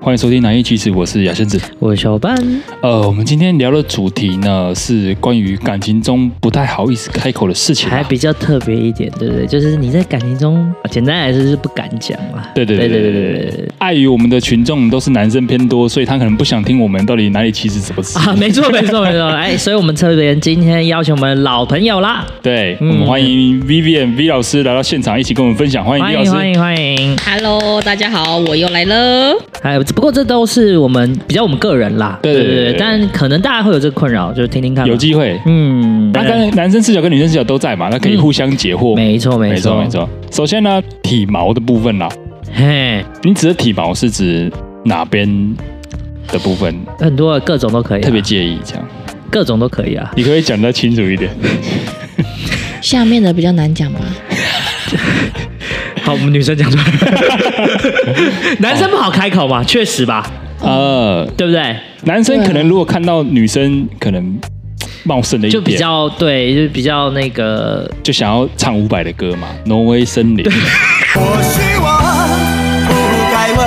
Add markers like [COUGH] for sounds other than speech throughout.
欢迎收听《难易其实我是雅仙子。我是小班，呃，我们今天聊的主题呢是关于感情中不太好意思开口的事情啊、还比较特别一点，对不对？就是你在感情中，简单来说就是不敢讲嘛。对对对对对对对对对对对，碍于我们的群众都是男生偏多，所以他可能不想听我们到底哪里其实怎么是。啊，没错没错没 [LAUGHS] 错，哎，所以我们特别今天邀请我们老朋友啦，对，嗯我们欢迎 Vivian V 老师来到现场，一起跟我们分享。欢迎 V 欢老迎欢师。迎欢迎！ Hello，大家好，我又来了。哎，不过这都是我们比较我们个人啦，对对对对对但可能大家会有这个困扰，就是听听看吧。有机会，嗯，那当然男生视角跟女生视角都在嘛，那可以互相解惑。没错嗯没没错错没，错。首先呢，体毛的部分啦，嘿，你指的体毛是指哪边的部分很多各种都可以啊，特别介意？这样，各种都可 [LAUGHS] 以啊。你可以讲得清楚一点。下面的比较难讲吧？好，我们女生讲 [LAUGHS] 出来，男生不好开口嘛，确实吧，呃，对不对？男生可能如果看到女生可能茂盛的一就比点，较对，就比较那个，就想要唱伍佰的歌嘛，《挪威森林》。我希望不该问，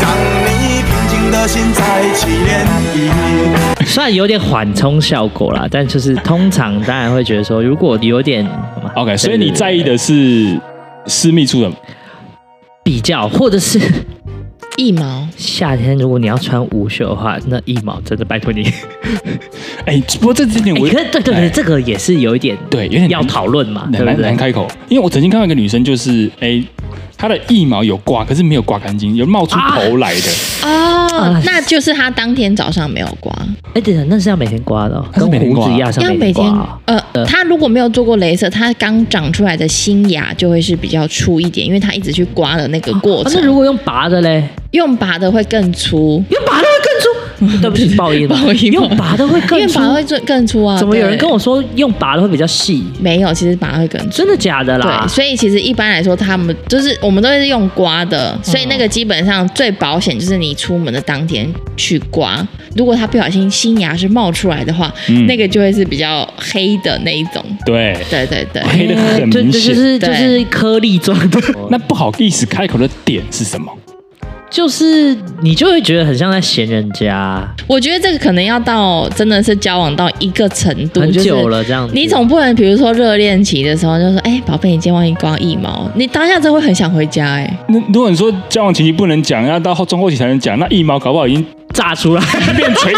让你平静的心再起涟漪。虽然有点缓冲效果啦，但就是通常当然会觉得说，如果有点 [LAUGHS] OK，所以你在意的是私密处的比较，或者是 [LAUGHS] 一毛夏天如果你要穿无袖的话，那一毛真的拜托你。哎、不过这这点 [LAUGHS] 哎我、可是对对哎对，这个也是有一点对有点难要讨论嘛，很对不难对难？开口，因为我曾经看到一个女生，就是哎、她的腋毛有刮，可是没有刮干净，有冒出头来的，哦啊，那就是他当天早上没有刮，哎，等等，那是要每天刮的哦，它是跟每天刮啊胡子一样是要要每每天天刮哦。呃，他如果没有做过镭射，他刚长出来的新芽就会是比较粗一点，因为他一直去刮的那个过啊那如程，果用拔的嘞，用拔的会更粗，用拔的会更 [LAUGHS] 粗。对不起，爆音了，不好意思用拔的会因为更粗。拔会更粗啊。怎么有人对跟我说用拔的会比较细？没有？其实拔会更粗。真的假的啦？对，所以其实一般来说，他们就是我们都是用刮的，所以那嗯个基本上最保险就是你出门的当天去刮。如果它不小心新芽是冒出来的话，嗯那个就会是比较黑的那一种。对，对对对，哎黑的很对明对，就显。是就是颗粒状的，那不好意思开口的点是什么？就是你就会觉得很像在嫌人家，我觉得这个可能要到真的是交往到一个程度，很就是久了这样子。你总不能比如说热恋期的时候就说，哎、宝贝，你今天忘记刮腋毛，你当下真的会很想回家哎、那如果你说交往前期不能讲，要到后中后期才能讲，那腋毛搞不好已经炸出来，变垂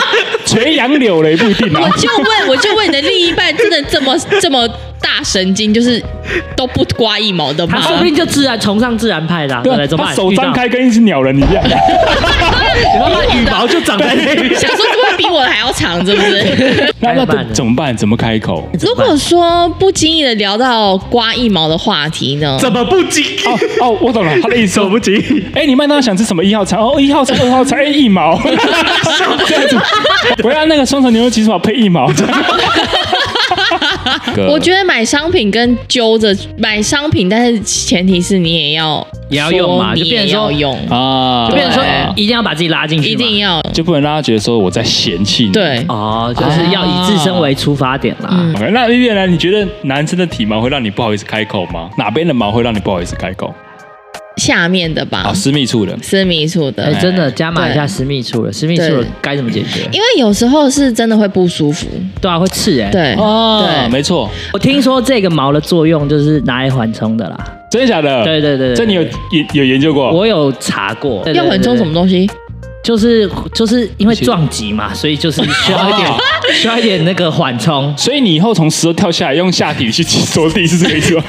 垂杨柳了，也不一定 [LAUGHS] 啊我。就问，我就问你的另一半真的这么这么大神经，就是都不刮一毛的他吗？说不定就自然崇尚自然派的啊，对不对？怎么他办？手遇到张，开跟一只鸟人一样。然后他羽毛就长在那里。想说怎么会比我的还要长，是不 [LAUGHS] 是？ [LAUGHS] 那那怎么办呢怎么办？怎么开口？如果说不经意的聊到刮一毛的话题呢？怎么不经哦哦，我懂了，他的意思。 [LAUGHS] 手不及，哎，你麦当劳想吃什么一号餐？哦，一号餐、二号餐，哎，一 [LAUGHS] 毛。这样子，我要那个双层牛肉鸡爪配一 [LAUGHS] 毛。这样我觉得买商品跟揪着买商品，但是前提是你也要也要用嘛说就你变也成说要用，啊，就变成说对一定要把自己拉进去嘛，一定要就不能让他觉得说我在嫌弃你。对。哦，就是要以自身为出发点啦。嗯 OK，那 v i 呢？你觉得男生的体毛会让你不好意思开口吗？哪边的毛会让你不好意思开口？下面的吧啊，，嗯私密处的。私密处哎，的，真的加码一下对私密处了，私密处了对该怎么解决？因为有时候是真的会不舒服，对啊，会刺哎。对，哦，对没错，我听说这个毛的作用就是拿来缓冲的啦。真的假的？对对对对呃这你有有有研究过？我有查过，对对要对缓冲什么东西？就是就是因为撞击嘛，所以就是需要一点哦 [LAUGHS] 需要一点那个缓冲。所以你以后从石头跳下来，用下体去着地是这个意 [LAUGHS] 思吗？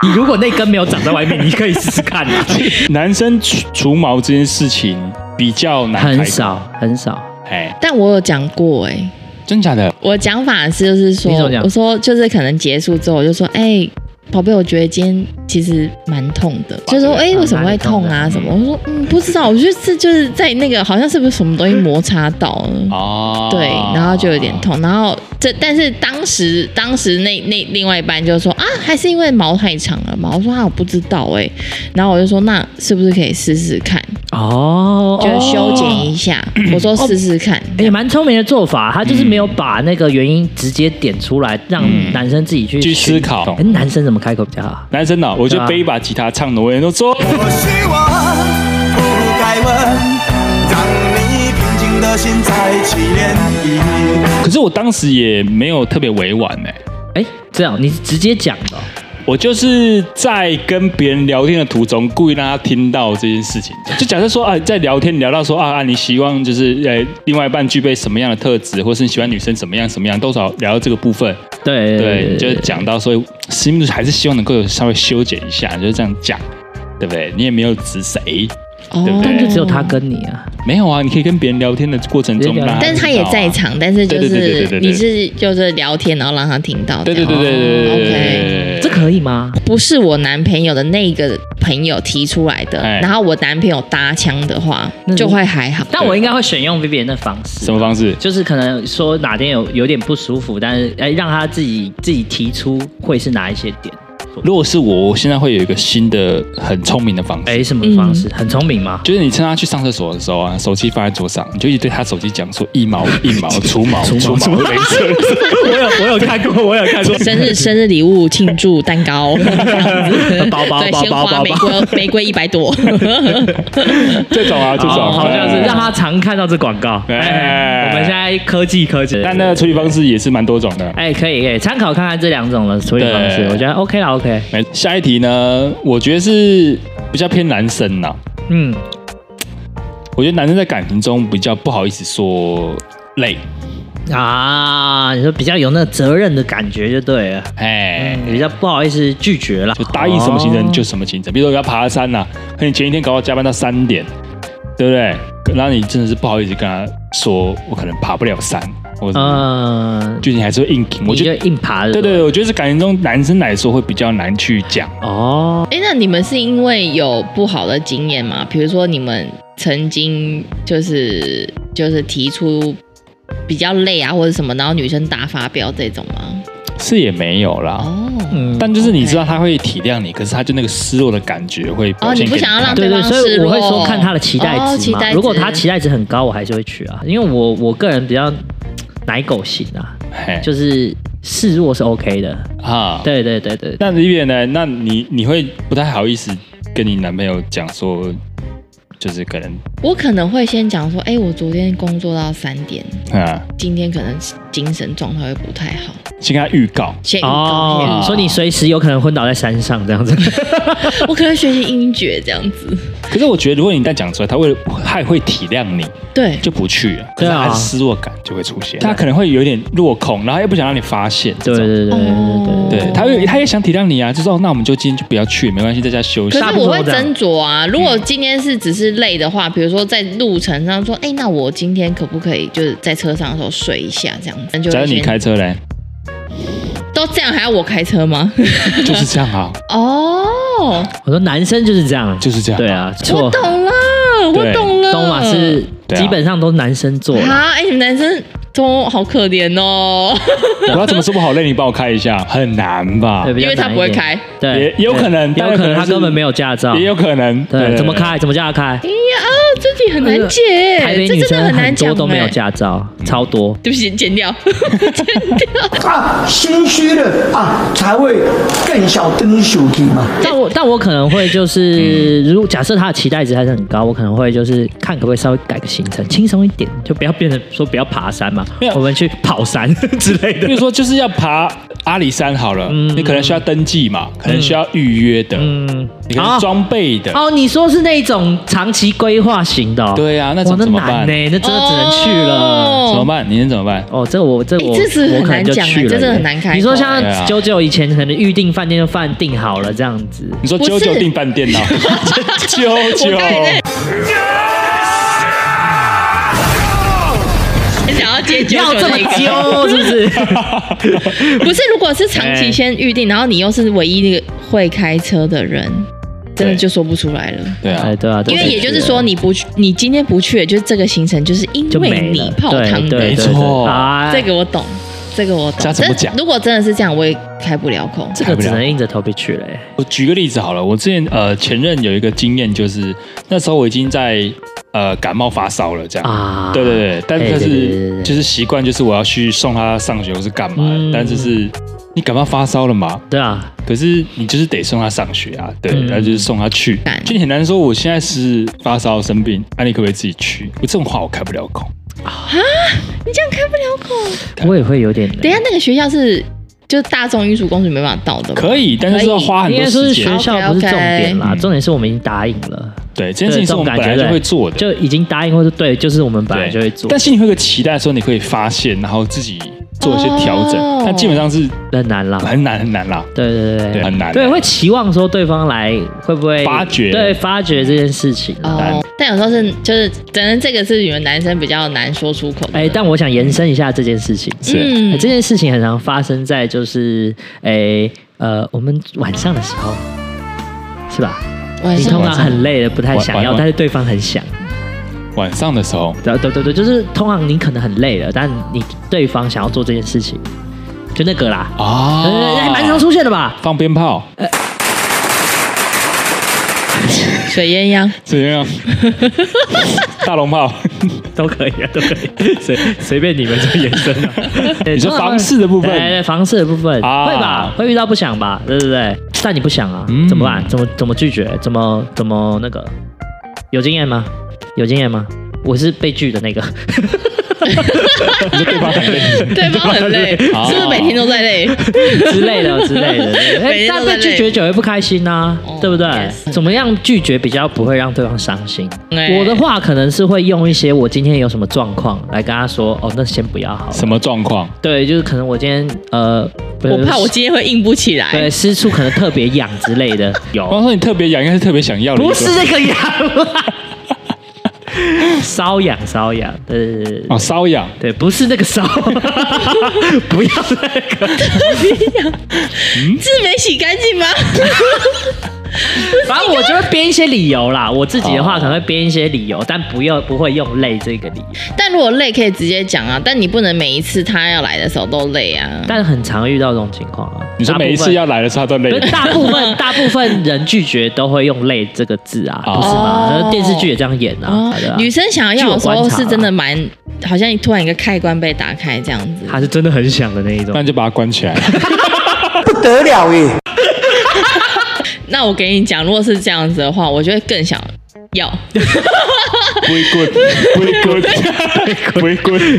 你如果那根没有长在外面，你可以试试 [LAUGHS] 看、啊。男生除除毛这件事情比较难开口很，少很少，哎，但我有讲过哎、真假的？我讲法是就是说你怎么讲，我说就是可能结束之后，我就说，哎、宝贝，我觉得今天其实蛮痛的，就是说，哎、为什么会痛啊？什么？我说，嗯，不知道，我觉得是就是在那个好像是不是什么 [LAUGHS] 东西摩擦到了，嗯哦，对，然后就有点。痛，然后这但是当时当时那那另外一半就说啊，还是因为毛太长了嘛。我说啊，我不知道哎、然后我就说那是不是可以试试看，哦，就是修剪一下，嗯我说试试看，也蛮聪明的做法，他就是没有把那个原因直接点出来，让男生自己去嗯去思寻。考哎，，男生怎么开口比较好？哦男生呢，我就对啊背一把吉他唱挪威人都说，我希望不该的心在起涟漪。可是我当时也没有特别委婉哎、哎，这样你直接讲的哦、我就是在跟别人聊天的途中，故意让他听到这件事情。就假设说啊，在聊天聊到说啊啊，你希望就是呃，另外一半具备什么样的特质，或是你喜欢女生怎么样怎么样，多少聊到这个部分，对对，就是讲到说，心里还是希望能够有稍微修剪一下，就是这样讲，对不对？你也没有指谁，哦对不对但就只有他跟你啊，没有啊，你可以跟别人聊天的过程中别人聊让他知道啊，但是他也在场，但是就对对对对是对对你是就是聊天，然后让他听到这对，对样。对对对对对对哦 OK 对，这可以吗？不是我男朋友的那个朋友提出来的，哎然后我男朋友搭腔的话那，就会还好。但我应该会选用 Vivian 的方式，什么方式？就是可能说哪天有有点不舒服，但是哎，让他自己自己提出会是哪一些点？如果是我，我现在会有一个新的很聪明的方式。哎，什么方式？很聪 [LAUGHS] 明吗？就是你趁他去上厕所的时候啊，手机放在桌上，你就一直对他手机讲说一毛一毛除毛除毛除毛镭射，我有我有看过，我有 [LAUGHS] [LAUGHS] 看过生日生日礼物庆祝蛋糕，这样子包包对包鲜包花包玫瑰玫瑰一百朵， [LAUGHS] 这种啊这种 [LAUGHS] 哦，好像是哎让他常看到这广告。 [LAUGHS] 哎哎，我们现在科技科技，但那个处理方式也是蛮多种的。哎，可以可以参考看看这两种的处理方式，对我觉得 OK 啦 OK。哎，下一题呢，我觉得是比较偏男生呐、嗯，我觉得男生在感情中比较不好意思说累，啊，你说比较有那个责任的感觉就对了，哎、嗯，比较不好意思拒绝哦了，就答应什么行程就什么行程。比如说我要爬山呐、可你前一天搞到加班到三点，对不对？然后你真的是不好意思跟他说，我可能爬不了山，我嗯，就你还是会硬挺。我你觉就得，硬爬了，对对，对我觉得是感情中男生来说会比较难去讲。哦，哎、那你们是因为有不好的经验吗？比如说你们曾经就是就是提出比较累啊，或者什么，然后女生大发飙这种吗？是也没有啦，哦。嗯，但就是你 OK 知道他会体谅你，可是他就那个失落的感觉会表哦，你现不给想要看让对方对，所失以落，我会说看他的期待值嘛。哦期待值如果他期待值很高，我还是会去啊，因为我我个人比较奶狗型啊，嘿就是示弱是 OK 的。啊。对对对对，那李远呢？那你你会不太好意思跟你男朋友讲说，就是可能我可能会先讲说，哎、我昨天工作到三点，啊，今天可能精神状态会不太好，先跟他预告，先预告哦，先所以你随时有可能昏倒在山上这样 [LAUGHS] 子。预告我可能学习音觉这样子，可是我觉得，如果你再讲出来，他会他也会体谅你，对，就不去了。可对是啊他的失落感就会出现，他可能会有点落空，然后又不想让你发现。对对这种对对对哦对对，他会他也想体谅你啊，就说哦那我们就今天就不要去，没关系，在家休息可。大是部分我会都这样斟酌啊，如果今天是只是累的话，比如说在路程上说，哎、那我今天可不可以就是在车上的时候睡一下这样子？就假会如你先开车 [LAUGHS] 嘞，都这样，还要我开车吗？就是这样啊，哦，我说男生就是这样，就是这样。对，啊，我错，懂了，我对懂了，东马是对啊基本上都是男生做的。啊，哎、你们男生都好可怜哦，我要怎么说不好累，你帮我开一下，很难吧对？比较因为他难一不会点开，对，也也有可能对但也有可可能能他是根本没有驾照，也有可能。对，怎么？开，怎么叫他开？这题很难解，哎台北这女真的生难很讲、多都没有哎驾照，嗯超多。对不起，[LAUGHS] 剪掉。啊，心虚了啊，才会更小灯手提嘛。但我但我可能会就是，如果假设他的期待值还是很高，我可能会就是看可不可以稍微改个行程，轻松一点，就不要变成说不要爬山嘛没有，我们去跑山 [LAUGHS] 之类比的。如说，就是要爬阿里山好了，你可能需要登记嘛，可能需要预约的，嗯，你可能装备的，哦，你说是那种长期规划型的哦、对啊那种哇那怎么办难呢、那真的只能去了。怎么哦，办？你能怎么办？哦，这我这我、哎这是很我可能就难讲去哎了耶。这真的很难开口你说像对啊九九以前可能预定饭店就饭订好了这样子，你说不是九九订饭店 [LAUGHS] 呐？九九我刚才很想要接九要九这么那个，揪是不是？哎不是？如果是长期先预定，然后你又是唯一那个会开车的人，真的对就说不出来了。对啊哎，，对啊，因为对也就是说，你不去，你今天不去，就是这个行程，就是因就为没你了，泡汤对的没。对对错对哎这个我懂，这个我懂。这但怎么讲如果真的是这样，我也开不了口。这个只能硬着头皮去了、哎我举个例子好了，我之前呃前任有一个经验，就是那时候我已经在呃感冒发烧了这样。啊，对对对，但哎但对对对对是就是习惯，就是我要去送他上学或是干嘛的，嗯但就是你感冒发烧了嘛，对啊，可是你就是得送他上学啊，对，嗯然后就是送他去干，啊就你很难说我现在是发烧生病，那、你可不可以自己去？我这种话我开不了口，你这样开不了口。我也会有点累。等一下那个学校是就是大众运输工具没办法到的吗，可以，但是要花很应多该说时是学间。校不是重点啦，重点是我们已经答应了，对，这件事情是我们本来就会做的，就已经答应或者对，就是我们本来就会做但，心里会有个期待，说你可以发现，然后自己做一些调整，哦但基本上是很难啦。很难很难啦。对对对对很难对会期望说对方来会不会发觉对发觉这件事情啊。哦，但有时候是就是，可能这个是你们男生比较难说出口的。哎，但我想延伸一下这件事情，是，哎嗯这件事情很常发生在就是哎呃我们晚上的时候，是吧？晚你上通常很累了，不太想晚要，晚但是对方很想。晚上的时候，对对对对，就是通常你可能很累了，但你对方想要做这件事情，就那个啦，啊，呃，还蛮常出现的吧？放鞭炮，水 [LAUGHS] 鸳鸯，怎样？大龙炮，都可以啊，都可以，随随便你们就延伸 [LAUGHS] 了。你说房事的部分对对对房事的部分、啊会吧？会遇到不想吧？对对对，但你不想啊，嗯怎么办？怎么怎么拒绝？怎么怎么那个？有经验吗？有经验吗？我是被拒的那个，你说对方很累，对方很累，是哦不是每天都在累？之类的之类的， [LAUGHS] 对每哎天但都在被拒绝久会不开心呐、哦对不对也是？怎么样拒绝比较不会让对方伤心？哎我的话可能是会用一些我今天有什么状况来跟他说，哦，那先不要好了。什？么状况？对，就是可能我今天呃，不是我怕我今天会硬不起来对。私处可能特别痒之类 [LAUGHS] 的，我刚有说你特别痒，应该是特别想要的一个，不是这个痒啦， [LAUGHS] 瘙痒瘙痒，对对对对哦，瘙痒，对，不是那个瘙， [LAUGHS] 不要那个。是没洗干净吗？ [LAUGHS] 反正我就会编一些理由啦，我自己的话哦可能会编一些理由，但不要不会用累这个理由，但如果累可以直接讲啊，但你不能每一次他要来的时候都累啊。但很常遇到这种情况啊。你说每一次要来的时候他都累大部分。不是大部 [LAUGHS] 分大部分人拒绝都会用“累”这个字啊，哦不是吗？哦那电视剧也这样演啊哦，对啊女生想要的时据我候观察啊是真的蛮，好像突然一个开关被打开这样子。她是真的很想的那一种那。你就把它关起来。不得了耶！那我给你讲，如果是这样子的话，我就会更想 [LAUGHS] 要。龟棍，龟棍，龟棍，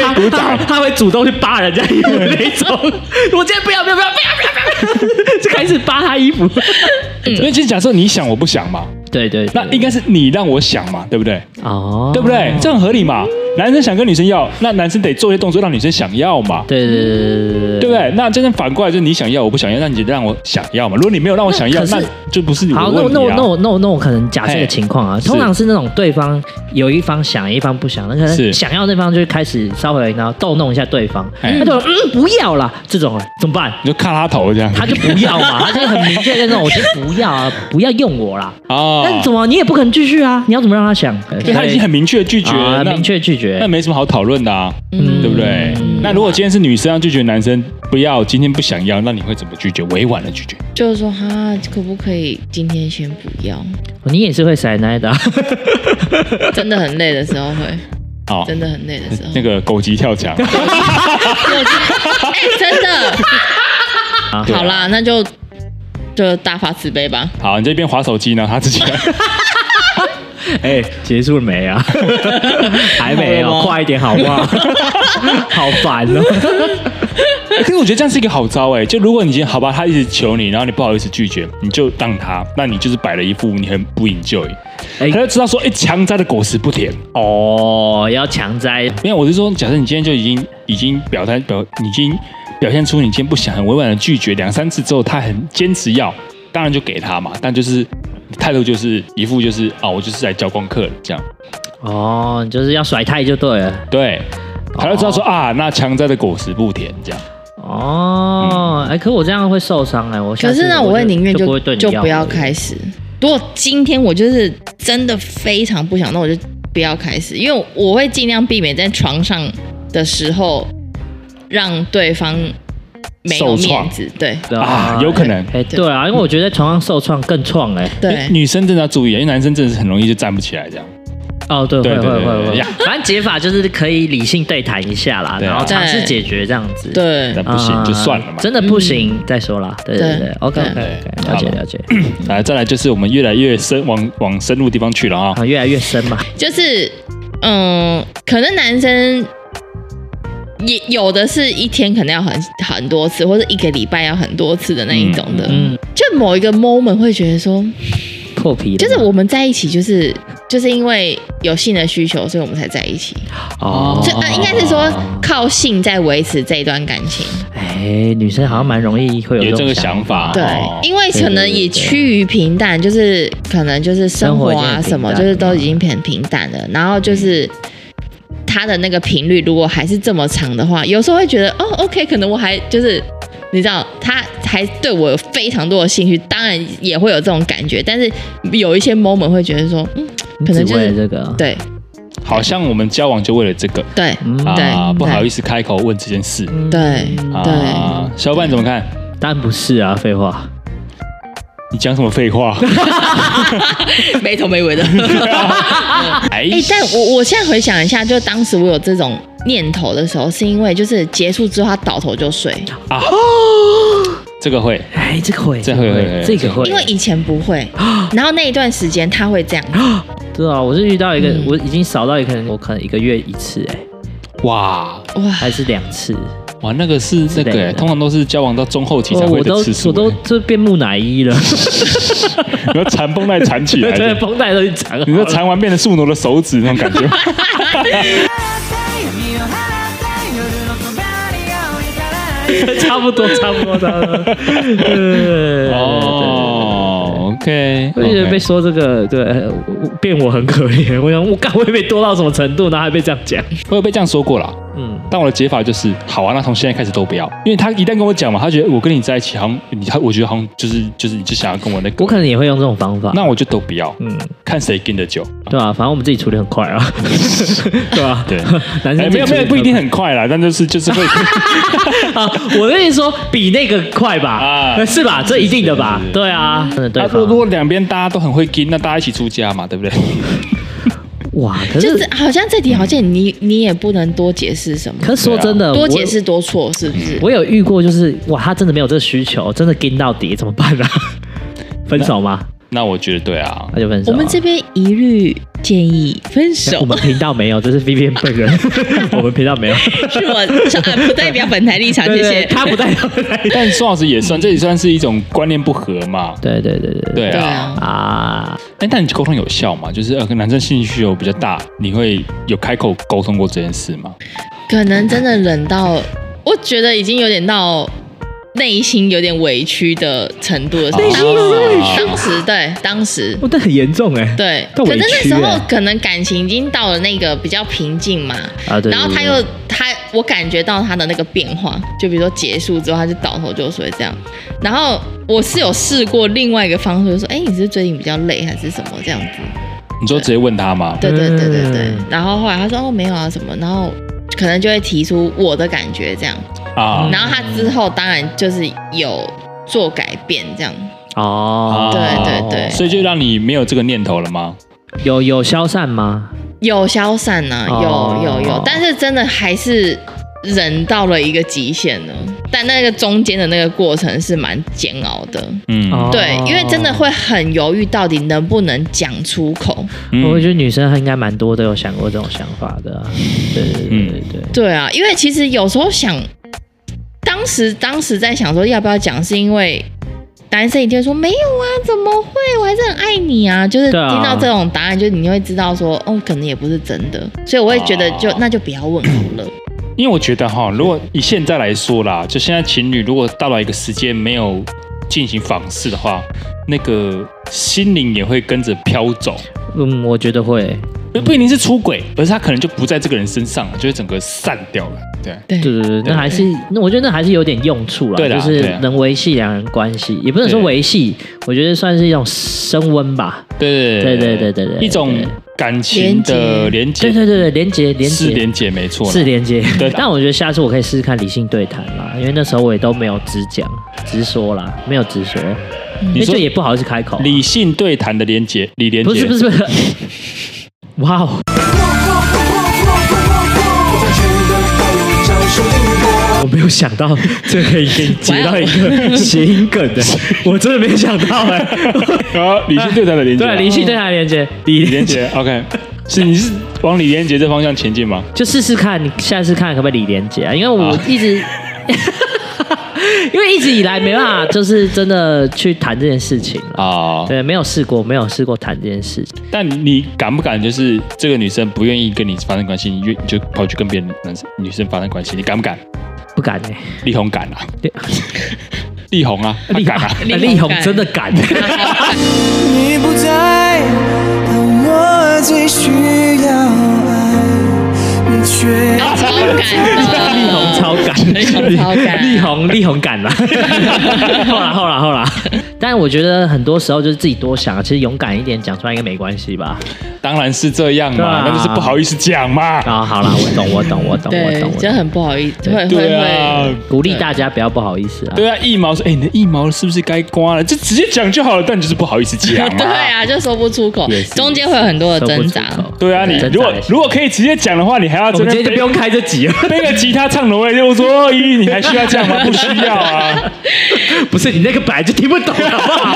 她鼓掌她她会主动去扒人家衣服的那种。 [LAUGHS] 我今天不要不要不要不要不要不要，就开始扒她衣服。因为其实假设你想我不想嘛，对对，对那应该是你让我想嘛，对不对？哦，对不对？这很合理嘛。男生想跟女生要，那男生得做一些动作让女生想要嘛，对？对对对对对对对不对？那真正反过来就是你想要，我不想要，那你就让我想要嘛。如果你没有让我想要，那那可是就不是你好，的那我问那题我啊那。我那我那我可能假设嘿一个情况啊，是通常是那种对方有一方想，一方不想，那可能是想要那方就会开始稍微然后逗弄一下对方，嘿他就嗯不要啦，这种怎么办？你就看他头这样他就不要嘛， [LAUGHS] 他就很明确的那种，我就不要啊，不要用我啦。啊但怎么你也不可能继续啊？你要怎么让他想？因为他已经很明确拒绝啊了，那明确拒绝那，没什么好讨论的啊，嗯对不对？那如果今天是女生要拒绝男生，不要今天不想要，那你会怎么拒绝？委婉的拒绝。就是说哈，可不可以今天先不要？哦你也是会塞 [LAUGHS] 奶的啊，真的很累的时候会，哦，真的很累的时候。那个狗急跳 [LAUGHS] 墙，我今天哎、真的。啊好啦，那就就大发慈悲吧。好，你这边划手机呢，他自己来。哎，结束了 [LAUGHS] 没啊？还没有，快一点好不好？好烦哦。欸 [LAUGHS] 可是我觉得这样是一个好招哎、就如果你今天好吧，他一直求你，然后你不好意思拒绝，你就让他，那你就是摆了一副你很不 enjoy，、哎他就知道说，哎、强摘的果实不甜。哦，要强摘没有，我是说，假设你今天就已经已经表态表，你已经表现出你今天不想，很委婉的拒绝两三次之后，他很坚持要，当然就给他嘛，但就是态度就是一副就是啊，我就是来交功课的这样，哦，你就是要甩太就对了。对，他就知道说、啊，那强摘的果实不甜这样。哦，嗯哎、可我这样会受伤哎、我下可次是呢，我我会宁愿就就不会对你就不要了开始。如果今天我就是真的非常不想，那我就不要开始，因为我会尽量避免在床上的时候让对方没受有创面子。对对啊有可能哎、对啊，因为我觉得在床上受创更创哎、对，女生真的要注意，因为男生真的是很容易就站不起来这样。哦，对，会对会对对会对会呀，反正解法就是可以理性对谈一下啦，对啊然后尝试对解决这样子。对但不行啊就算了嘛真的不行再说啦。对对嗯对对，OK OK 对 OK，了解好了解，来，再来就是我们越来越深往往深入地方去了啊、啊，越来越深嘛，就是嗯，可能男生也有的是一天可能要很很多次，或者一个礼拜要很多次的那一种的，嗯，就某一个 moment 会觉得说，破皮了就是我们在一起，就是就是因为有性的需求，所以我们才在一起。哦就呃，应该是说靠性在维持这一段感情。哎，女生好像蛮容易会有有这种个想法，对哦，因为可能也趋于平淡，就是可能就是生活啊什么，生活已经很平淡就是都已经很平淡了。然后就是他的那个频率，如果还是这么长的话，有时候会觉得哦，OK，可能我还就是你知道，他还对我有非常多的兴趣，当然也会有这种感觉，但是有一些 moment 会觉得说，嗯，你可能只就是为了这个，啊对好像我们交往就为了这个对嗯，啊，对不好意思开口问这件事对对，啊。小伙伴怎么看？当嗯然不是啊，废话，你讲什么废 [LAUGHS] 话？ [LAUGHS] 没头没尾的。哎哎、但我我现在回想一下，就当时我有这种念头的时候，是因为就是结束之后他倒头就睡，啊，这个会哎，这个会，这会会这个会，因为以前 [GASPS] 不会，然后那一段时间他会这样，对啊，我是遇到一个，嗯我已经少到一个人，我可能一个月一次，哎，哇哇，还是两次，哇，那个是那类个，的通常都是交往到中后期才我会哦哎我的都次数，我都就变木乃伊了，哎 [LAUGHS] 你要缠绷带缠起来 [LAUGHS] 对，的，绷带都已经长好你说 [LAUGHS] 了，缠完变成树挪的手指那种感觉。差不多，差不多，差不多， [LAUGHS] 对哦，OK，我就觉得被说这个，对，呃我变我很可怜。我想，我干，我也没多到什么程度，然后还被这样讲。我有被这样说过啦。嗯，但我的解法就是，好啊，那从现在开始都不要，因为他一旦跟我讲嘛，他觉得我跟你在一起，好像你他，我觉得好像就是就是你就想要跟我那个，我可能也会用这种方法。那我就都不要，嗯，看谁跟得久。对啊，反正我们自己处理很快啊， [LAUGHS] 对吧、 [LAUGHS] 对 [LAUGHS] 男哎，生没有没有，不一定很很快啦，但就是就是 [LAUGHS] 会啊。我跟你说，比那个快吧，啊是吧？这一定的吧？是是是对啊，真的对啊。方如如果两边大家都很会跟，那大家一起出家嘛，对不 [LAUGHS] 对？哇，可嗯就是是好像这题好像你你也不能多解释什么，可是说真的，啊多我解释多错是不是？我有遇过，就是哇，他真的没有这个需求，真的跟到底怎么办啊？分手吗？那我觉得对啊，那就分手啊。我们这边一律建议分 [LAUGHS] 我手，们频道没有，这是 V V N 本 [LAUGHS] 人，我们频道没有。是我是呃不代表本台立场，谢谢。他不代表。 [LAUGHS] 但宋老师也算，这也算是一种观念不合嘛。对对对对对对啊，啊，啊，哎，但你沟通有效嘛？就是呃，跟男生性需求比较大，你会有开口沟通过这件事吗？可能真的冷到，我觉得已经有点到内心有点委屈的程度了。内心有点委屈当时对，当时我但很严重哎。对，但可委是屈那时候欸可能感情已经到了那个比较瓶颈嘛。啊，对。然后对他又他，我感觉到他的那个变化，就比如说结束之后，他就倒头就睡这样。然后我是有试过另外一个方式，就说，哎，你是不是最近比较累还是什么这样子？你就直接问他嘛。对对对对对嗯。然后后来他说哦没有啊什么，然后可能就会提出我的感觉这样，啊然后他之后当然就是有做改变这样，哦，对对对啊所以就让你没有这个念头了吗？有有消散吗？有消散呢、哦有有有，但是真的还是。忍到了一个极限了，但那个中间的那个过程是蛮煎熬的，嗯，哦对，因为真的会很犹豫，到底能不能讲出口。嗯我觉得女生应该蛮多都有想过这种想法的啊。对对嗯对对对。对啊，因为其实有时候想，当时当时在想说要不要讲，是因为男生一定会说没有啊，怎么会？我还是很爱你啊。就是对啊听到这种答案，就你会知道说，哦，可能也不是真的，所以我会觉得就、哦那就不要问好 [COUGHS] 了。因为我觉得哈，如果以现在来说啦，就现在情侣如果到了一个时间没有进行访视的话，那个心灵也会跟着飘走，嗯，我觉得会。不不一定是出轨，而是他可能就不在这个人身上了，就会整个散掉了。对，对对对对，那还是那我觉得那还是有点用处啦，对啦就是对啊能维系两人关系，也不能说对维系，我觉得算是一种升温吧。对对对对对对一种感情的连接，对对对对，连接连是接连接没错啦，是连接 [LAUGHS] 对。但我觉得下次我可以试试看理性对谈啦，因为那时候我也都没有直讲直说啦，没有直说，你因为说就也不好意思开口啊。理性对谈的连接，理连接不是不是不是， [LAUGHS] 哇哦！我没有想到这可以给你接到一个谐音梗 [LAUGHS] 的，我真的没想到哎、 [LAUGHS] 啊，理性对谈的连接， [LAUGHS] 对，理性对谈连接，理理连接，OK，是你是往李连杰这方向前进吗？就试试看，你下次看可不可以李连杰啊？因为我好一 [LAUGHS] 直，因为一直以来没办法，就是真的去谈这件事情了。啊，对，没有试过，没有试过谈这件事情。但你敢不敢就是这个女生不愿意跟你发生关系，你愿你就跑去跟别的男生女生发生关系，你敢不敢？不敢哎、力宏敢啊，对 [LAUGHS] 力宏啊，他敢啊，啊 [LAUGHS] 力宏真的敢，你不在，但我最需要爱，你却超 [LAUGHS] 感啊力宏动，超敢，力宏超敢力宏力宏敢啦，后啦后啦后啦。但我觉得很多时候就是自己多想，啊其实勇敢一点讲出来应该没关系吧？当然是这样对嘛啊，那就是不好意思讲嘛。啊，好啦，我懂我懂我懂我对懂，我，真的懂，很不好意思，会会对啊 [LAUGHS] 会，，鼓励大家不要不好意思啊。对啊，腋毛说，哎、你的腋毛是不是该刮了？就直接讲就好了，但你就是不好意思讲 [LAUGHS] 嘛。对啊，就说不出口也是，中间会有很多的说不挣出扎。口对啊，你挣扎如果也行如果可以直接讲的话，你还要我真们的今天就不用开这集了， [LAUGHS] 背个吉他唱挪威就说哦咦，你还需要这样吗？不需要啊。不是你那个本来就听不懂，好不好？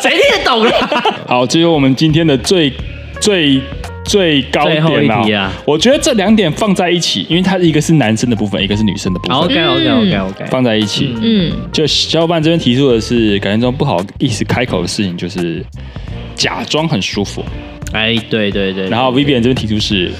谁听得懂啊啦？ [LAUGHS] 好，这就是我们今天的最最。最高最后一点啦、题啊我觉得这两点放在一起，因为它一个是男生的部分，一个是女生的部分， OK OK OK OK，放在一起。嗯，就小伙伴这边提出的是，感觉中不好意思开口的事情，就是假装很舒服。哎，对对对，然后 Vivian 这边提出是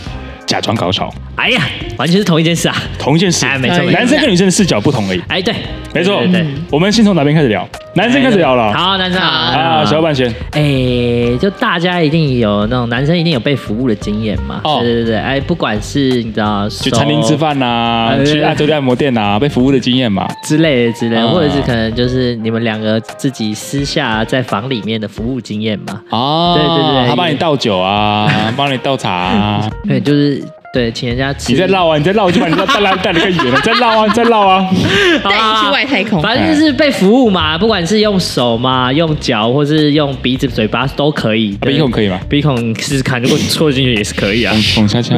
假装高潮，哎呀，完全是同一件事啊！同一件事，哎没错没错男生跟女生的视角不同而已。哎，对，没错对对对，我们先从哪边开始聊？男生开始聊了。好，男生好啊，小伙伴先，哎，就大家一定有那种男生一定有被服务的经验嘛？哦对对对，哎，不管是你知道去去餐厅吃饭呐，哎去按酒店按摩店呐，被服务的经验嘛。之类的之类的，啊或者是可能就是你们两个自己私下在房里面的服务经验嘛？哦对对对他帮你倒酒 [LAUGHS] 啊，帮你倒茶啊。对，就是对，请人家吃。你在绕啊，你在绕，就把你绕带带带的更远了。你在绕啊，你在绕啊。带你去外太空，反正就是被服务嘛，不管是用手嘛、用脚，或是用鼻子、嘴巴都可以。对啊鼻孔可以吗？鼻孔试试看，如果戳进去也是可 [LAUGHS] 以啊。孔恰恰，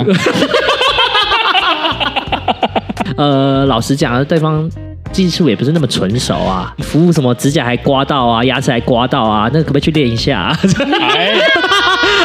呃，老实讲，对方技术也不是那么纯熟啊，服务什么指甲还刮到啊，牙齿还刮到啊，那可不可以去练一 [LAUGHS] 下啊？哎，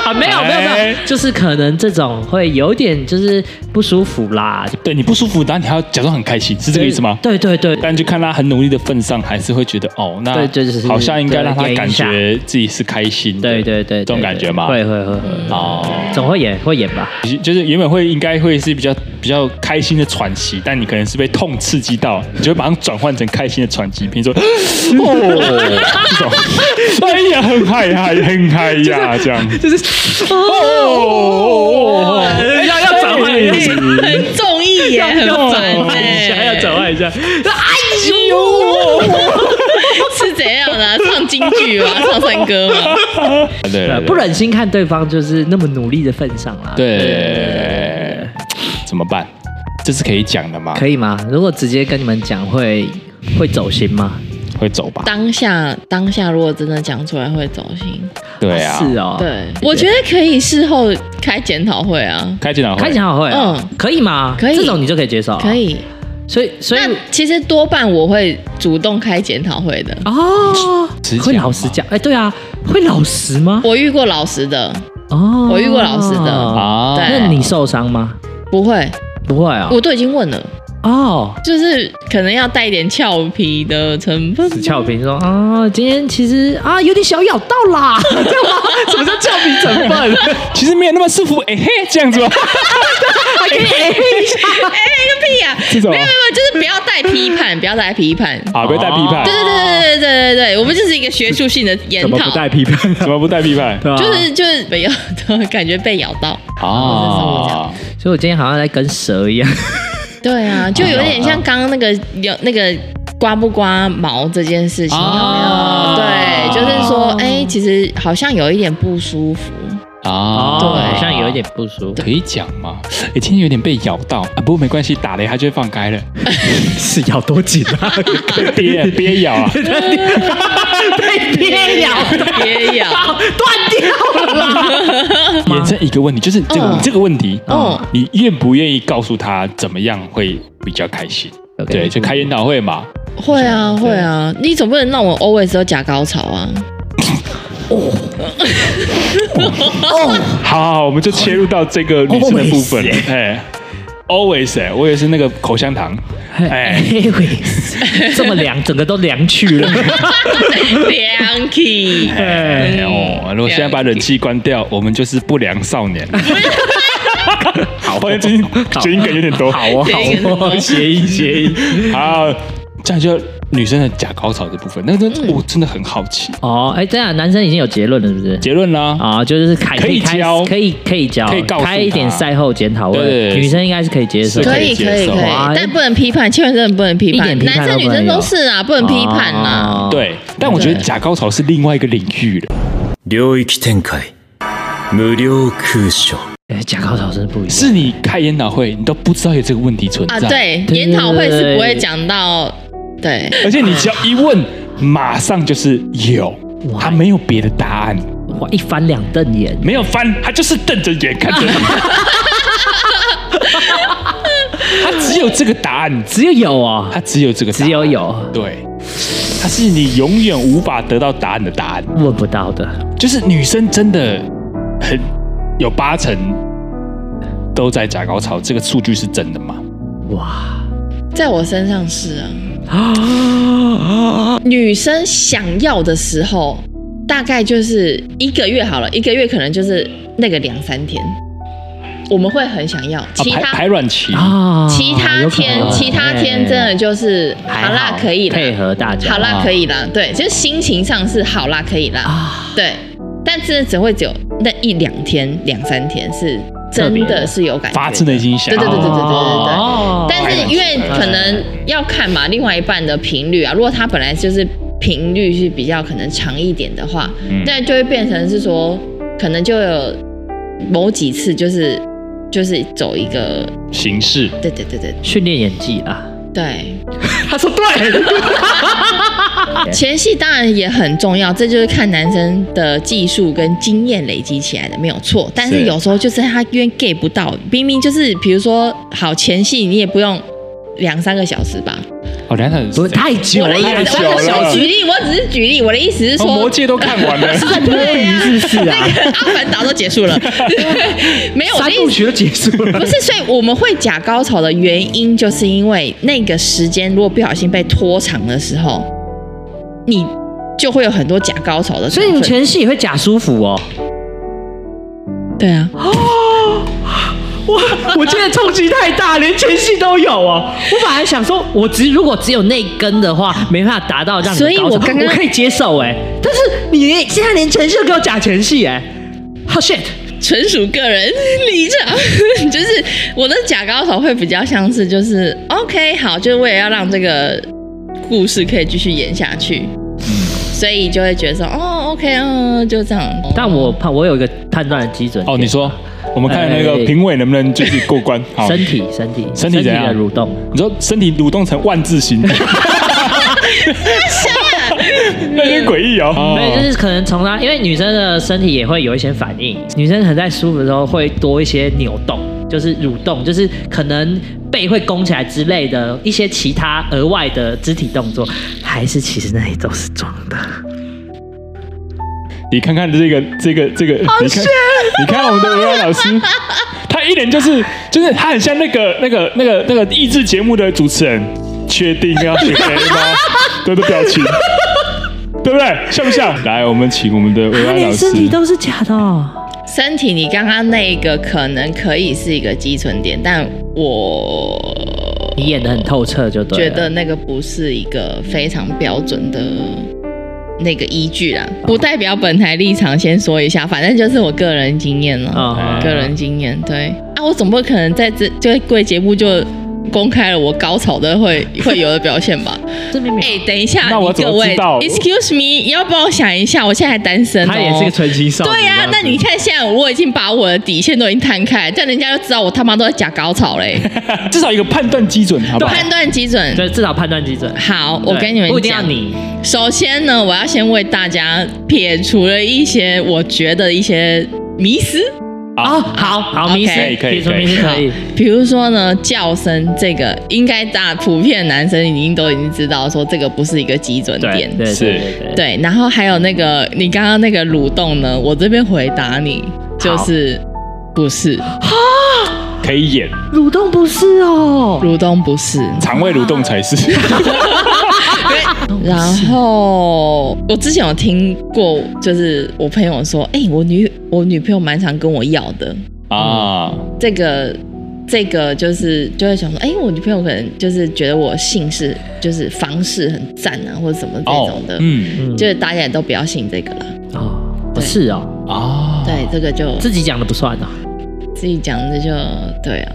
啊，没有没有没哎有，就是可能这种会有点就是不舒服啦，对你不舒服，然后你还要假装很开心，是这个意思吗？对对对，但就看他很努力的份上，还是会觉得哦，那对对就是好像应该让他对感觉自己是开心的，对对对，对这种感觉嘛。会会会会，哦，总会演会演吧。就是原本会应该会是比较比较开心的喘息，但你可能是被痛刺激到，你就会马上转换成开心的喘息，比如说哦，这种，哎呀，很嗨呀，很嗨呀，这样，就是哦，要要转换一下很中意耶，很烦哎，啊还要转换一下，哎 [LAUGHS] 是怎样的啊？唱京剧 [LAUGHS] 吗？唱山歌吗？对对，对，不忍心看对方就是那么努力的份上啦。对，怎么办？这是可以讲的吗？可以吗？如果直接跟你们讲，会会走心吗？会走吧？当下当下如果真的讲出来会走心，对啊，是哦，，对，我觉得可以事后开检讨会啊，开检讨会，开讲好会哦，嗯可以吗？可以这种你就可以接受，啊可。以。所以，所以那其实多半我会主动开检讨会的，哦直，讲会老实讲，哎，对啊，会老实吗？我遇过老实的，哦，我遇过老实的啊对那你受伤吗？不会，不会啊，我都已经问了，哦，就是可能要带一点俏皮的成分。只俏皮说嗯啊，今天其实啊有点小咬到 [LAUGHS] 啦，这样吗？什么叫俏皮成分？其实没有那么舒服，哎、嘿，这样子吗？哎屁呀、这种没有没有，就是不要带批 [LAUGHS] 判，不要带批判。啊，不要带批判对，对对对对对对对，我们就是一个学术性的研讨，批 [LAUGHS] 判？怎么不带批判？ [LAUGHS] 对啊就是就是不 [LAUGHS] 要感觉被咬到。啊，所以我今天好像在跟蛇一样，对啊，哦就有点像刚刚那个有那个刮不刮毛这件事情，有没啊哦有？对，就是说，哎，其实好像有一点不舒服。啊好像有一点不舒服，可以讲嘛？哎、今天有点被咬到啊，不过没关系，打雷它就会放开 [LAUGHS] 了，是咬多紧啊？ [LAUGHS] 别别咬啊，被憋咬别咬，断掉了啦。衍生一个问题，就是这个、嗯这个问题，嗯你愿不愿意告诉他怎么样会比较开心？ OK 对，就开研讨会嘛，会啊会啊，你总不能让我 always 都假高潮啊。好好好，我们就切入到这个女生的部分 Always，哎，always，哎，我也是那个口香糖，哎 [LAUGHS] 哎，，这么凉，整个都凉去 [LAUGHS] 了。凉气，哎哎哦，如果现在把冷气关掉，我们就是不良少年。啊好，我最近最近梗有点多。好啊这个哦谐音谐音。好，这样就女生的假高潮这部分，那个嗯真我真的很好奇。哦，哎，这样男生已经有结论了，是不是？结论啦，哦啊，就是凯可以开教可以可以教，可以告诉开一点他赛后检讨对会，女生应该是可以接受是的。可以可以可以哇，哎但不能批判，千万真的不能批一点判，批判男生都女不能生有都是啊，不能批判啦。哦，对，但我觉得假高潮是另外一个领域了，領域展開無料空所哎假高潮真的不一样。是你开研讨会，你都不知道有这个问题存在啊，，对，对研讨会是不会讲到，对，而且你只要一问，马上就是有，他没有别的答案，哇，一翻两瞪眼，没有翻，他就是瞪着眼看着你。他只有这个答案，只有有哦，他只有这个答案，只有有对，它是你永远无法得到答案的答案。问不到的。就是女生真的很有八成都在假高潮，这个数据是真的吗？哇， [GASPS] 在我身上是啊。啊女生想要的时候，大概就是一个月好了，一个月可能就是那个两三天，我们会很想要，其啊、排他排。卵期啊其他有可天，能啊其他天真的就是哎还好啦，可以啦，配合大家，好啦，啊可以啦，对，就是心情上是好啦，可以啦，啊，对，但真的只会只有那一两天、两三天是真特别的的是有感觉的，发自内心想，对对对对对对对对。哦但是因为可能要看嘛，另外一半的频率啊，如果他本来就是频率是比较可能长一点的话，嗯那、就会变成是说，可能就有某几次就是就是走一个，嗯形式对对对对训练演技啊，哎对，他说对，啊前戏当然也很重要，这就是看男生的技术跟经验累积起来的，没有错。但是是有时候就是他因为 get 不到，明明就是比如说好前戏，你也不用两三个小时吧，哦，梁太不是太久我的了，意太思，久我了的小举例，我只是举例，我的意思是哦说，魔戒都看完了，在摸鱼是不是啊？ [LAUGHS] 阿凡达都结束了， [LAUGHS] 没有我三的部意思。曲都结束了不，是，所以我们会假高潮的原因，就是因为那个时间如果不小心被拖长的时候，你就会有很多假高潮的成所分。以你前戏也会假舒服哦。对啊，哇，我今天冲击太大，连前戏都有哦。我本来想说，我只如果只有那一根的话，没办法达到让你的所以高潮我刚刚我可以接受哎，但是你现在连前戏都给我假前戏哎，哦好 shit，纯属个人立场， [LAUGHS] 就是我的假高潮会比较像是就是 OK 好，就是为了要让这个故事可以继续演下去，所以就会觉得说哦 OK 嗯就这样。 [LAUGHS] 但我怕我有一个判断的基准点哦，你说我们看那个哎评委能不能继续过 [LAUGHS] 关？好，身体身体身体怎样的蠕动。你说身体蠕动成万字 [LAUGHS] 形，那有点诡异哦。 [LAUGHS] 所以就是可能从她，因为女生的身体也会有一些反应，女生可能在舒服的时候会多一些扭动，就是蠕动，就是可能背会弓起来之类的一些其他额外的肢体动作，还是其实那里都是装的。你看看这个这个这个，你看你看我们的文安老 [LAUGHS] 师，他一脸就是就是他很像那个那个那个那个益智节目的主持人，确定要选 A [LAUGHS] 吗？对的表情，对不对？像不像？来，我们请我们的文她安老啊连师身。体都是假的、哦，身体，你刚刚那一个可能可以是一个基准点，但我你演的很透彻就对啊觉了。得那个不是一个非常标准的那个依据啦，哦不代表本台立场。先说一下，反正就是我个人经验了，啊个人经验。对啊，我总不可能在这就贵节目就公开了我高潮的会 [LAUGHS] 会有的表现 [LAUGHS] 吧？这边没哎、有。等一下，那我你怎各么位知道，Excuse me，要帮我想一下，我现在还单身、哦，她也是个纯情少女。啊对呀、那你看现在我已经把我的底线都已经摊开，这样人家就知道我他妈都在假高 [LAUGHS] 潮嘞。 [LAUGHS] 至少一个判断基准，好不好？判断基准。 [LAUGHS] 对，至少判断基准。好，我对跟你们不一定要讲，你首先呢，我要先为大家撇除了一些我觉得一些迷思，啊哦，好好，迷失 OK 可以撇除可以迷失可以。比如说呢，叫声这个应该大普遍男生已经都已经知道说这个不是一个基准对点。对对是对对，对然后还有那个你刚刚那个蠕动呢，我这边回答你就是不是可以演蠕动不是哦，蠕动不是。肠胃蠕动才 [LAUGHS] 是。然后我之前有听过，就是我朋友说，哎、我女我女朋友蛮常跟我要的，啊，这个这个就是就会想说，哎、我女朋友可能就是觉得我姓氏就是方式很赞啊，或者什么这种的，嗯，哦嗯就是大家也都不要信这个啦。哦，不对是哦，啊，对，这个就自己讲的不算哦。自己讲的就对啊，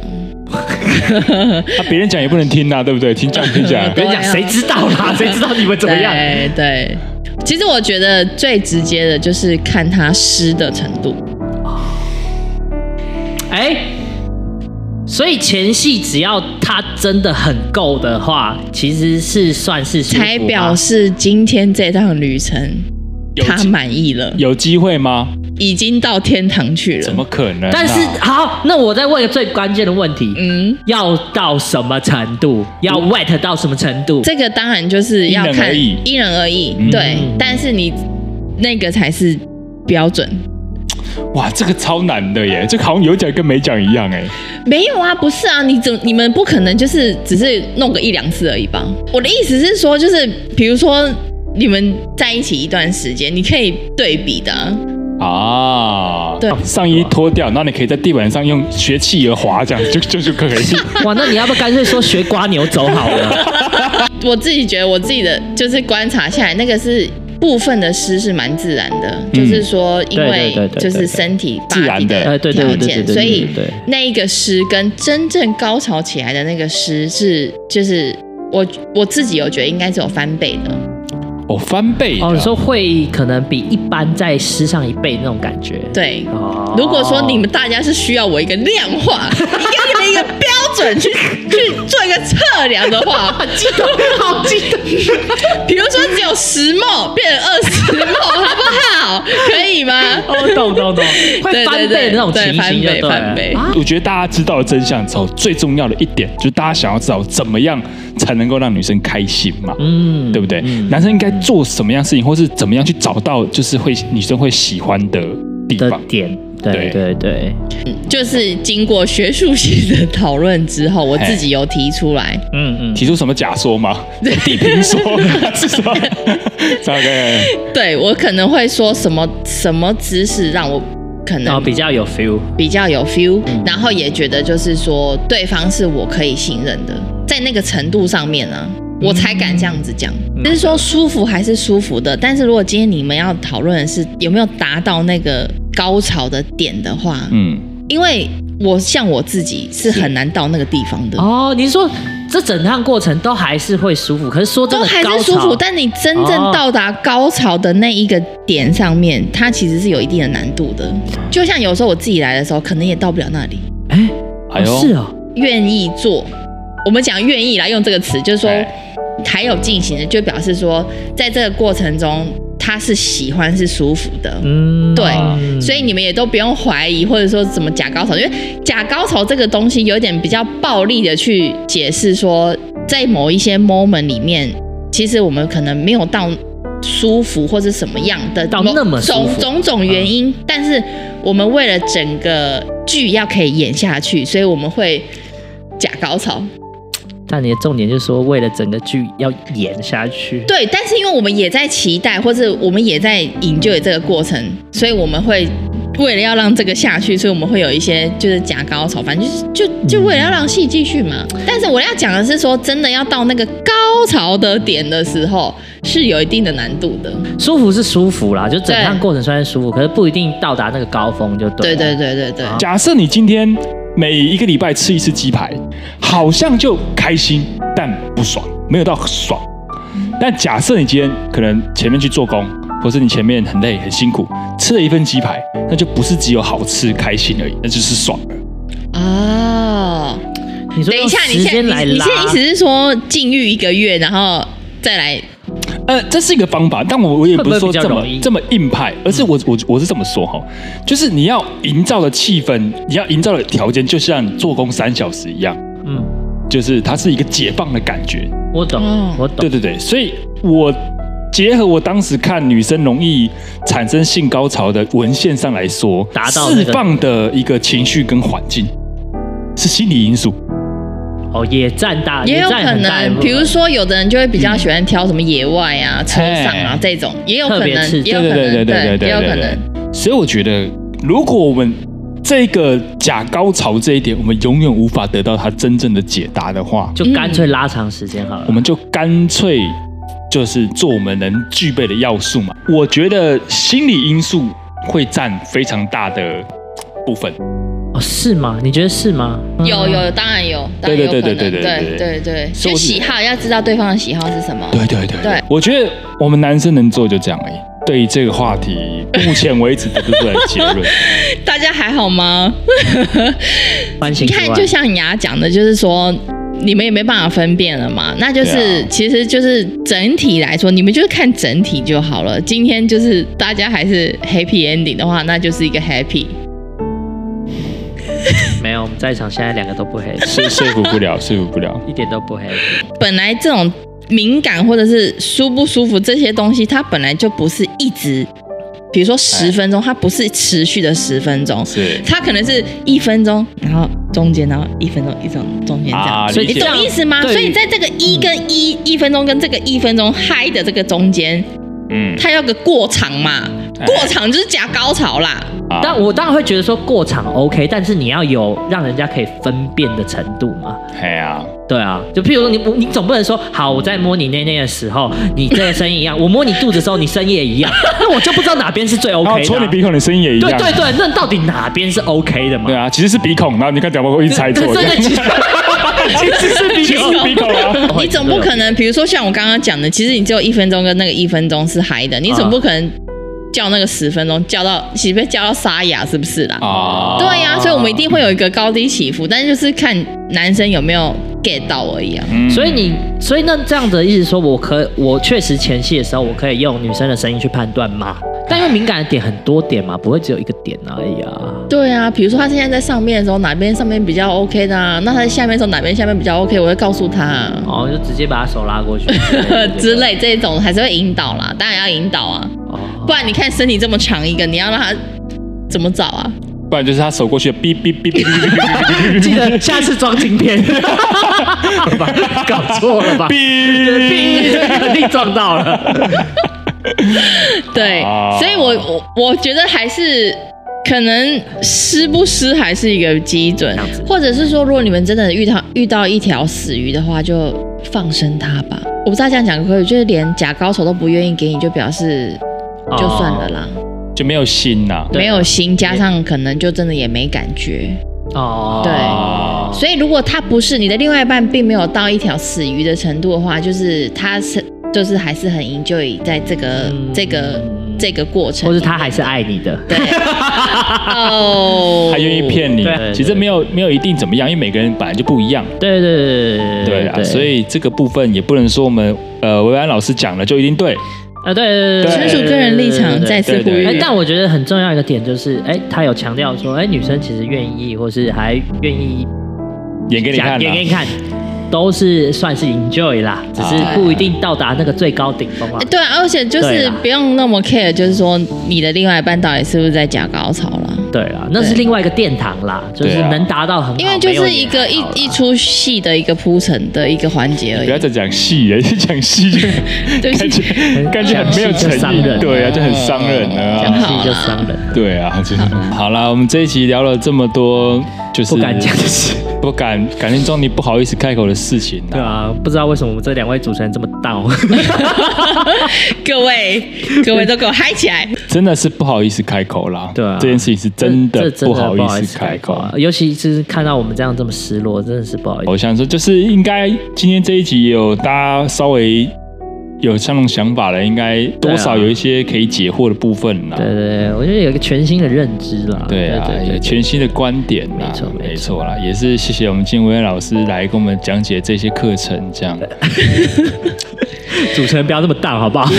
啊，别人讲也不能听啊，对不对？听讲听讲， [LAUGHS] 别人讲对啊谁知道啦？ [LAUGHS] 谁知道你们怎么样？对对。其实我觉得最直接的就是看他湿的程度，哎，所以前戏只要它真的很够的话，其实是算是舒服吧才表示今天这趟旅程有他机满意了，有机会吗？已经到天堂去怎了。么可能啊？但是好，那我再问一个最关键的问题：嗯，要到什么程度？要 wet 到什么程度？这个当然就是要因人看而异因人而异嗯，对。但是你那个才是标准，哇，这个超难的耶，这个好像有讲跟没讲一样哎。没有啊，不是啊，你怎你们不可能就是只是弄个一两次而已吧？我的意思是说，就是比如说你们在一起一段时间，你可以对比的啊，啊、对上衣脱掉，然后你可以在地板上用学企鹅滑，这样就就就可以。 [LAUGHS] 哇，那你要不要干脆说学瓜牛走好了？ [LAUGHS] 我自己觉得我自己的就是观察下来，那个是部分的湿是蛮自然的，就是说因嗯为对对对对对就是身体自然的哎， body 对对的条对对对件，对，所以对那一个湿跟真正高潮起来的那个湿是就是我我自己有觉得应该是有翻倍的，哦，翻倍的哦，你说会可能比一般再施上一倍那种感觉。对。哦如果说你们大家是需要我一个量 [LAUGHS] 化，给你们一个标准去去做一个测量的 [LAUGHS] 话，好激动，好激动。比如说只有十梦变成二十梦，好不好？可以吗？哦，懂懂 [LAUGHS] 懂，会对翻对对倍的那种对情翻形就倍对翻了倍啊我觉得大家知道的真相之后，最重要的一点就是大家想要知道怎么样才能够让女生开心嘛，嗯对不对？嗯男生应该做什么样事情，或是怎么样去找到就是会女生会喜欢的地的方？点，对对对对，就是经过学术性的讨论之后，我自己有提出来，嗯嗯，提出什么假说 [LAUGHS] 吗？地平说是什么？大 [LAUGHS] 概对我可能会说什么什么姿势让我可然后能比较有 feel。比较有 feel，然后也觉得就是说对方是我可以信任的，在那个程度上面呢、我才敢这样子讲。就是说舒服还是舒服的，但是如果今天你们要讨论的是有没有达到那个高潮的点的话，嗯，因为我像我自己是很难到那个地方的。哦，你说这整趟过程都还是会舒服，可是说真都的还高是舒潮哦服，但你真正到达高潮的那一个点上面，它其实是有一定的难度的。就像有时候我自己来的时候，可能也到不了那里。哎，哎呦，哦是哦，愿意做，我们讲愿意来用这个词，就是说哎还有进行的，就表示说在这个过程中他是喜欢是舒服的。嗯，对嗯所以你们也都不用怀疑，或者说怎么假高潮，因为假高潮这个东西有点比较暴力的去解释说，在某一些 moment 里面，其实我们可能没有到舒服或者什么样的到某那么舒种服嗯种种原因，但是我们为了整个剧要可以演下去，所以我们会假高潮。但你的重点就是说，为了整个剧要演下去，对，但是因为我们也在期待，或者我们也在 enjoy 这个过程，所以我们会为了要让这个下去，所以我们会有一些就是假高潮，反正就是嗯就就为了要让戏继续嘛。但是我要讲的是说，真的要到那个高潮的点的时候，是有一定的难度的。舒服是舒服啦，就整趟对过程虽然舒服，可是不一定到达那个高峰就对对了。对对对对，假设你今天每一个礼拜吃一次鸡排，好像就开心，但不爽，没有到爽。但假设你今天可能前面去做工，或是你前面很累很辛苦，吃了一份鸡排，那就不是只有好吃开心而已，那就是爽了。哦，你说等一下，啊用你时现间在来你你拉现在意思是说禁欲一个月，然后再来呃，这是一个方法，但我我也不是说会不会比较这么容易嗯这么硬派，而是我我我是这么说哈，就是你要营造的气氛，你要营造的条件，就像你做工三小时一样，嗯，就是它是一个解放的感觉。我懂哦，我懂对。对对，所以我结合我当时看女生容易产生性高潮的文献上来说，达到那释个放的一个情绪跟环境是心理因素。哦，野战大也有占可很大一部能，分比如说有的人就会比较喜欢挑什么野外啊、车上啊嘿这种，也有可特别能刺，激也有可能，也有可能。所以我觉得，如果我们这个假高潮这一点，我们永远无法得到它真正的解答的话，嗯就干脆拉长时间好了。我们就干脆就是做我们能具备的要素嘛。我觉得心理因素会占非常大的部分。哦，是吗？你觉得是吗？嗯有有，当然有，当然对有可对能，对对对对对对对对，所以就我是喜好要知道对方的喜好是什么。对对对对我觉得我们男生能做就这样而已。对于这个话题，目前为止得不出来结 [LAUGHS] 论。大家还好吗？ [LAUGHS] 关心你之外看，就像你牙讲的，就是说。你们也没办法分辨了嘛，那就是、对啊其实就是整体来说，你们就是看整体就好了。今天就是大家还是 happy ending 的话，那就是一个 happy。没有，我们在场现在两个都不黑，说说服不了，说服不了。一点都不黑。本来这种敏感或者是舒不舒服这些东西，它本来就不是一直，比如说十分钟，它不是持续的十分钟，是它可能是一分钟，然后中间，然后一分钟，一分钟中间这样。啊，所以理你解这懂样意思吗？对于所以在这个一跟一、一分钟跟这个一分钟嗨的这个中间，嗯，它要个过场嘛，哎过场就是假高潮啦。啊但我当然会觉得说过场 OK，但是你要有让人家可以分辨的程度嘛。哎呀，对啊，就譬如说你不，你总不能说好我在摸你内内的时候，你这个声音一样；我摸你肚子的时候，你声音也一样，那我就不知道哪边是 [LAUGHS] 最然后 OK 戳的你啊、鼻孔，你声音也一对样。对对，那到底哪边是 OK 的嘛？对啊，其实是鼻孔，然后你看屌毛哥一直猜错，对对对其实是鼻孔，是鼻孔啊。 [LAUGHS] 你总不可能，比如说像我刚刚讲的，其实你只有一分钟跟那个一分钟是嗨啊的，你总不可能叫那个十分钟叫到，岂被叫到沙哑是不是啦？啊，对呀、所以我们一定会有一个高低起伏，但是就是看男生有没有 get 到而已啊。嗯所以你，所以那这样子的意思说，我可我确实前戏的时候，我可以用女生的声音去判断吗？但因为敏感的点很多点嘛，不会只有一个点而已啊。对啊，比如说他现在在上面的时候，哪边上面比较 OK 的、啊，那他在下面的时候哪边下面比较 OK，我会告诉他啊、 [LAUGHS] 哦，就直接把她手拉过去之。类这种还是会引导啦，当然要引导啊，哦，不然你看身体这么长一个，你要让他怎么找啊？不然就是他手过去，哔哔哔哔哔哔哔记得下次装镜片，好吧搞错了吧？哔哔。肯定撞到了。对，啊所以我我我觉得还是可能湿不湿还是一个基准样子，或者是说，如果你们真的遇到遇到一条死鱼的话，就放生它吧。我不知道这样讲可不可以，就是连假高手都不愿意给你，就表示就算了啦，就没有心呐。哦对啊没有心，加上可能就真的也没感觉。哦，对啊，所以如果他不是你的另外一半，并没有到一条死鱼的程度的话，就是他是就是还是很 enjoy 在这个、嗯这个这个过程或里是面，他还是爱你的。对哦，他愿意骗你对对，其实没有没有一定怎么样，因为每个人本来就不一样。对对对对对啊，所以这个部分也不能说我们呃维安老师讲了就一定对，啊，对对对，纯纯属个人立场，再次呼对哎、对吁。但我觉得很重要一个点就是，哎、他有强调说，哎、女生其实愿意，或是还愿意演给你看啊讲给啦。你看，都是算是 enjoy 啦，只是啊不一定到达那个最高顶峰啊。对啊，而且就对是啦不用那么 care，就是说你的另外一半到底是不是在假高潮啦？对啦，那是另外一个殿堂啦，就是啊对啊能达到很好，因为就是一个啊没有一也还好啦一出戏的一个铺陈的一个环节而不要已。再讲戏了，一讲戏就对不感起，觉感觉很没有诚讲戏就伤意人了，对啊，就很伤人了讲啊。戏就伤 [LAUGHS] 人了。对啊， [LAUGHS] 就是好啦，我们这一集聊了这么多，就是不敢讲的事， [LAUGHS] 不敢感情中你不好意思开口的事情对啊。啊，不知道为什么我们这两位主持人这么到，各位各位都给我嗨起来！真的是不好意思开口啦。对啊这件事情是真的不好意思开口。啊，尤其是看到我们这样这么失落，真的是不好意思我。想说，就是应该今天这一集有大家稍微有相同想法了，应该多少有一些可以解惑的部分啦。对对对，我觉得有一个全新的认知啦。对啊，嗯对有全新的观点啦，没错没错没错啦，也 [LAUGHS] 是谢谢我们金文老师来跟我们讲解这些课程，这样主持人不要那么淡好不 [LAUGHS] 好？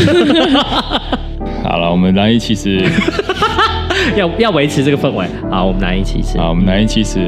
好了，我们来一其实，要要维持这个氛围。好，我们来一起吃。啊，我们来一其实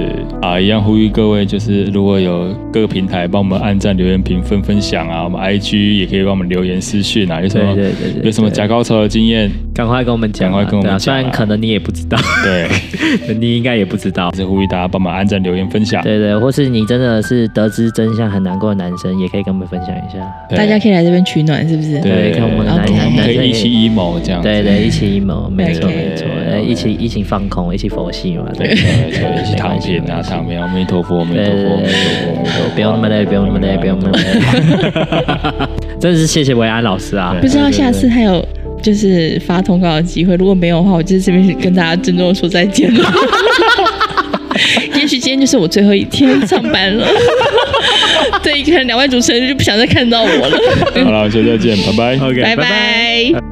啊，一样呼吁各位，就是如果有各个平台帮我们按赞、留言、评分、分享啊，我们 IG 也可以帮我们留言私讯啊，有什么对对对对对有什么假高潮的经验，赶快跟我们讲啊，赶快跟我们对啊虽讲啊然可能你也不知道， [LAUGHS] 对，你应该也不知道还。是呼吁大家帮忙按赞、留言、分享，对对，或是你真的是得知真相很难过的男生，也可以跟我们分享一下。对大家可以来这边取暖，是不是？对，看我们男 OK 男我们可男以一起 emo 这样子，对对，一起 emo，没错 OK 没错，对呃一起一起放空，一起佛系嘛，对对对对，一起躺平啊，躺。没关系没关系平，阿弥陀佛，阿弥对陀对佛，阿弥陀佛，阿弥对陀对，佛不用那么累，不用那么累，不用那么。 [LAUGHS] 累。真的是谢谢维安老师啊！不知道下次还有就是发通告的机会，如果没有的话，我就是这边跟大家郑重地说再见 [LAUGHS] 了。也许今天就是我最后一天上 [LAUGHS] 班了。对，可能两位主持人就不想再看到我了。好了，就再见，拜拜。OK，拜拜。